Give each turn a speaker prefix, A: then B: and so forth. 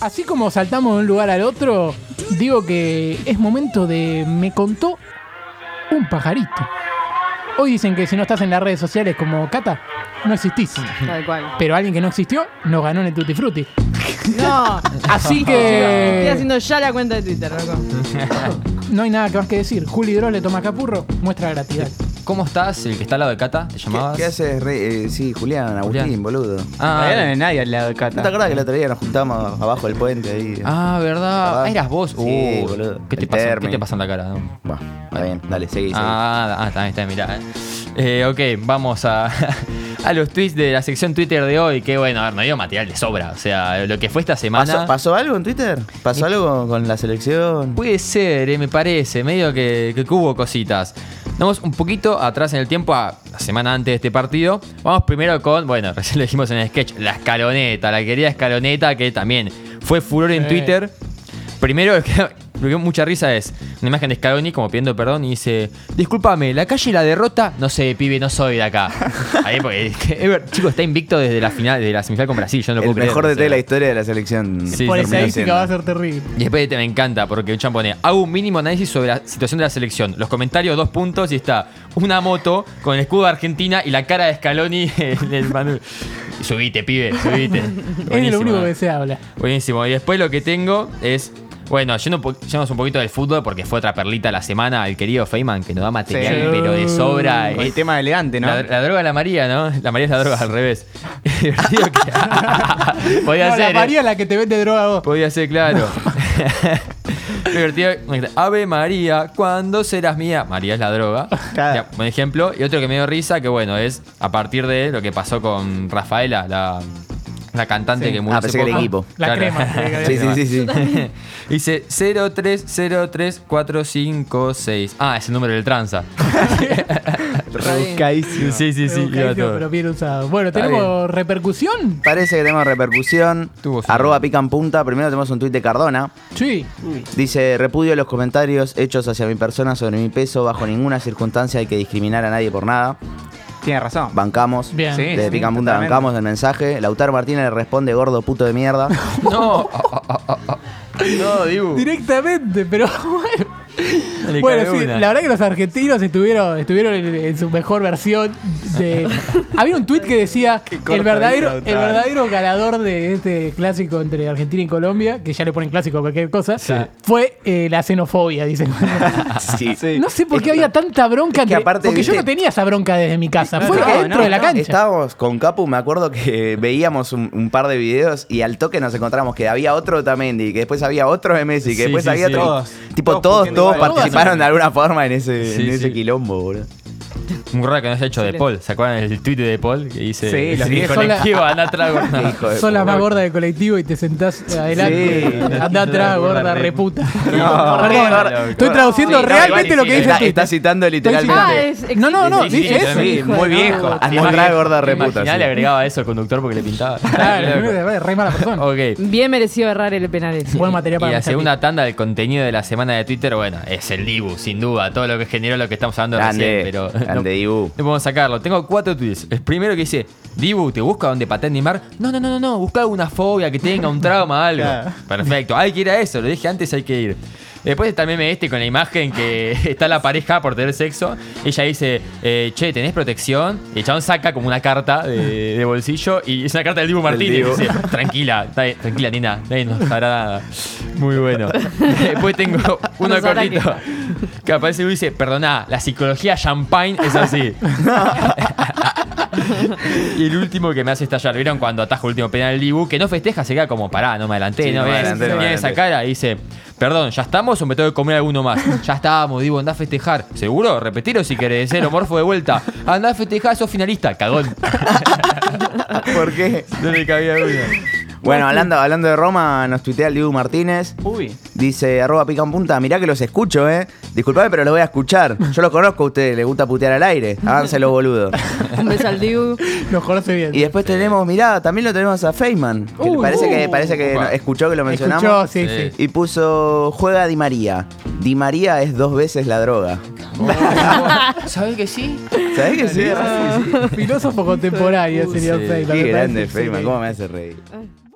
A: así como saltamos de un lugar al otro, digo que es momento de me contó un pajarito. Hoy dicen que si no estás en las redes sociales como Cata, no existís.
B: Tal cual.
A: Pero alguien que no existió nos ganó en el Tutti Frutti.
B: No,
A: Así
B: estoy
A: que
B: haciendo ya la cuenta de Twitter, loco.
A: no hay nada que más que decir. Juli Dross le toma a Capurro, muestra gratitud.
C: ¿Cómo estás? El que está al lado de Cata, ¿te
D: ¿Qué,
C: llamabas?
D: qué haces, Rey? Eh, sí, Julián, Agustín,
C: Julián.
D: boludo.
C: Ah,
D: eh.
E: Todavía no hay nadie al lado de Cata.
D: ¿No te acordás que el otro día nos juntamos abajo del puente ahí?
C: ah, ¿verdad?
D: Ah.
C: Ah, eras vos.
D: Sí,
C: Uh,
D: boludo.
C: ¿Qué te
D: El
C: pasa? ¿Qué
D: termi.
C: te pasa en la cara? No.
D: Bueno, está bien, dale, seguí, seguí.
C: Ah, ah, está, está, mirá. Eh, ok, vamos a, a los tweets de la sección Twitter de hoy. Que bueno, a ver, no dio material de sobra. O sea, lo que fue esta semana.
D: ¿Pasó, pasó algo en Twitter? ¿Pasó algo con la selección?
C: Puede ser, eh, me parece, medio que, que hubo cositas. Vamos un poquito atrás en el tiempo, a la semana antes de este partido. Vamos primero con, bueno, recién lo dijimos en el sketch, la escaloneta, la querida escaloneta que también fue furor en
A: Sí.
C: Twitter. Primero, lo que me dio mucha risa es una imagen de Scaloni como pidiendo perdón y dice, discúlpame, la calle y la derrota, no sé, pibe, no soy de acá. Ahí porque, Ever- chico, está invicto desde la final, desde la semifinal con Brasil, yo no lo
D: el
C: puedo creer,
D: mejor
C: o
D: DT de
C: sea.
D: la historia de la selección.
C: Sí,
A: Por
C: sí, sí.
D: terminó
A: estadística
D: siendo.
A: va a ser terrible.
C: Y después te me encanta porque Uchan pone, hago un mínimo análisis sobre la situación de la selección. Los comentarios, dos puntos, y está una moto con el escudo de Argentina y la cara de Scaloni en el manual. Subite, pibe,
A: Es
C: subite.
A: de lo
C: Buenísimo,
A: único
C: ¿eh?
A: que se habla.
C: Buenísimo. Y después lo que tengo es. Bueno, yendo un po- yéndonos un poquito del fútbol porque fue otra perlita la semana, el querido Feynman, que nos da material,
A: Sí.
C: pero de sobra.
E: Con el
C: Es-
E: tema de elegante, ¿no?
C: Ah, la, la droga de la María, ¿no? La María es la droga al revés. Es divertido que. Podía
A: No,
C: ser.
A: la
C: ¿eh?
A: María es la que te vende droga a vos.
C: Podía ser, claro. Divertido. Ave María, ¿cuándo serás mía? María es la droga.
E: Claro.
C: Ya, un ejemplo. Y otro que me dio risa, que bueno, es a partir de lo que pasó con Rafaela, la, la cantante que murió.
D: Ah, pensé
C: hace
D: que el
C: poco.
D: equipo.
A: La
C: Claro.
A: crema. que
D: Sí, sí, sí, sí.
C: Dice 0303456. Ah, es el número del tranza.
E: Rebuscadísimo.
C: Sí, sí,
A: Me
C: sí.
A: busca
C: iba
A: eso,
C: todo.
A: pero bien usado. Bueno,
C: Está
A: ¿tenemos repercusión?
D: Parece que tenemos repercusión.
C: Tuvo su-
D: Arroba pican punta. Primero tenemos un tuit de Cardona.
A: Sí.
D: Dice, repudio los comentarios hechos hacia mi persona sobre mi peso. Bajo ninguna circunstancia hay que discriminar a nadie por nada.
E: Tiene razón.
D: Bancamos.
A: Bien.
E: Sí,
D: Desde
E: sí,
D: Pican Punta
E: totalmente.
D: bancamos el mensaje. Lautaro Martínez le responde, gordo puto de mierda.
C: No. ah, no, Dibu.
A: Directamente, pero bueno.
C: Le
A: Bueno,
C: cagué
A: sí,
C: una.
A: la verdad que los argentinos estuvieron, estuvieron en, en su mejor versión. de- Había un tuit que decía el verdadero, el verdadero ganador de este clásico entre Argentina y Colombia, que ya le ponen clásico a cualquier cosa,
C: Sí.
A: fue eh, la xenofobia, dicen.
D: Sí.
E: Sí.
A: No sé por qué había tanta bronca.
D: es que
A: entre-
D: aparte,
A: porque yo
D: viste-
A: no tenía esa bronca desde mi casa.
E: No,
A: Fue
E: no,
A: adentro
E: no,
A: de la
E: no,
A: cancha.
D: Estábamos con Capu, me acuerdo que veíamos un, un par de videos y al toque nos encontramos que había otro Tamendi, que después había otro de Messi, que
C: Sí,
D: después
C: sí,
D: había
C: sí.
D: otro.
E: Todos.
D: Tipo,
E: Todos
D: todos, todos,
E: puteando igual.
D: participaron de alguna forma en ese,
C: Sí,
D: en ese
C: sí.
D: quilombo, boludo.
C: Muy raro que no haya hecho de Paul. ¿Se acuerdan del tweet de Paul? Que dice:
E: Sí, los
C: "Sí,
E: viejos
C: colectivo, anda atrás, gorda".
D: Qué hijo de
A: Sos la
D: puta.
A: más gorda del colectivo y te sentás adelante.
C: Sí.
A: Andá atrás, gorda reputa.
E: No,
A: Perdón,
C: no,
A: estoy
C: no,
A: traduciendo
C: no,
A: realmente
C: igual
A: lo que
C: sí,
A: dice
D: Está,
A: el tuit.
D: está citando
B: Ah,
D: literalmente.
B: es,
A: No, no, no,
C: Sí, sí,
A: dije
C: sí,
A: eso.
C: sí,
A: hijo
E: muy
A: de
E: viejo.
A: puta.
D: Andá atrás, Ah, gorda reputa.
C: Imaginá,
D: sí.
C: le agregaba eso al conductor porque le pintaba.
A: Claro, es re mala
D: Oh,
A: persona.
C: ok.
B: Bien merecido errar el penal ese.
A: Buen material
C: Y
A: para
C: la
A: pensar.
C: segunda tanda del contenido de la semana de Twitter, bueno, es el Dibu, sin duda, todo lo que generó lo que estamos hablando
D: Grande,
C: recién, pero no,
D: grande Dibu.
C: no podemos sacarlo. Tengo cuatro tweets. El primero que dice, Dibu, ¿te busca donde patea Neymar? No, no, no, no, no, busca alguna fobia que tenga, un trauma, algo.
E: Claro.
C: Perfecto, hay que ir a eso, lo dije antes, hay que ir. Después también me este con la imagen que está la pareja por tener sexo. Ella dice, eh, che, ¿tenés protección? Y el chabón saca como una carta de, de bolsillo y es una carta del Dibu Martínez.
D: Dibu.
C: Dice, tranquila, está bien, tranquila, nena, nadie nos hará nada. Muy bueno. Después tengo uno
B: Nos hará
C: cortito. Que aparece y dice, perdoná, la psicología champagne es así. Y el último que me hace estallar, ¿vieron cuando ataja el último penal el Dibu? Que no festeja, se queda como pará, no me adelanté,
D: Sí,
C: no,
D: no me
C: ves,
D: adelanté, no me
C: tiene esa
D: adelanté.
C: cara y dice, perdón, ¿ya estamos o me tengo que comer alguno más? ya estamos, Dibu, andá a festejar. ¿Seguro? Repetilo si querés, cero morfo de vuelta. Andá a festejar, sos finalista, cagón. Ah,
D: ¿Por qué?
C: no le cabía uno.
D: Bueno, hablando, hablando de Roma, nos tuitea el Dibu Martínez.
E: Uy.
D: Dice arroba pican punta, mirá que los escucho, eh. Disculpame, pero los voy a escuchar. Yo los conozco a ustedes, les gusta putear al aire. Háganselo, boludo.
B: Un beso al Dibu.
A: Los conoce bien.
D: Y después tenemos, mirá, también lo tenemos a Feynman. que
A: Uy,
D: parece,
A: uh.
D: que, parece que
C: Upa.
D: escuchó que lo mencionamos.
A: Escuchó, sí,
C: Sí.
A: sí.
D: Y puso, juega Di María. Di María es dos veces la droga.
C: ¿Sabés que sí?
D: ¿Sabés que sí?
A: Filósofo contemporáneo, señor Feynman.
C: Sí.
D: Uh, Qué
A: me parece
D: grande
A: excelente.
D: Feynman, cómo me hace reír.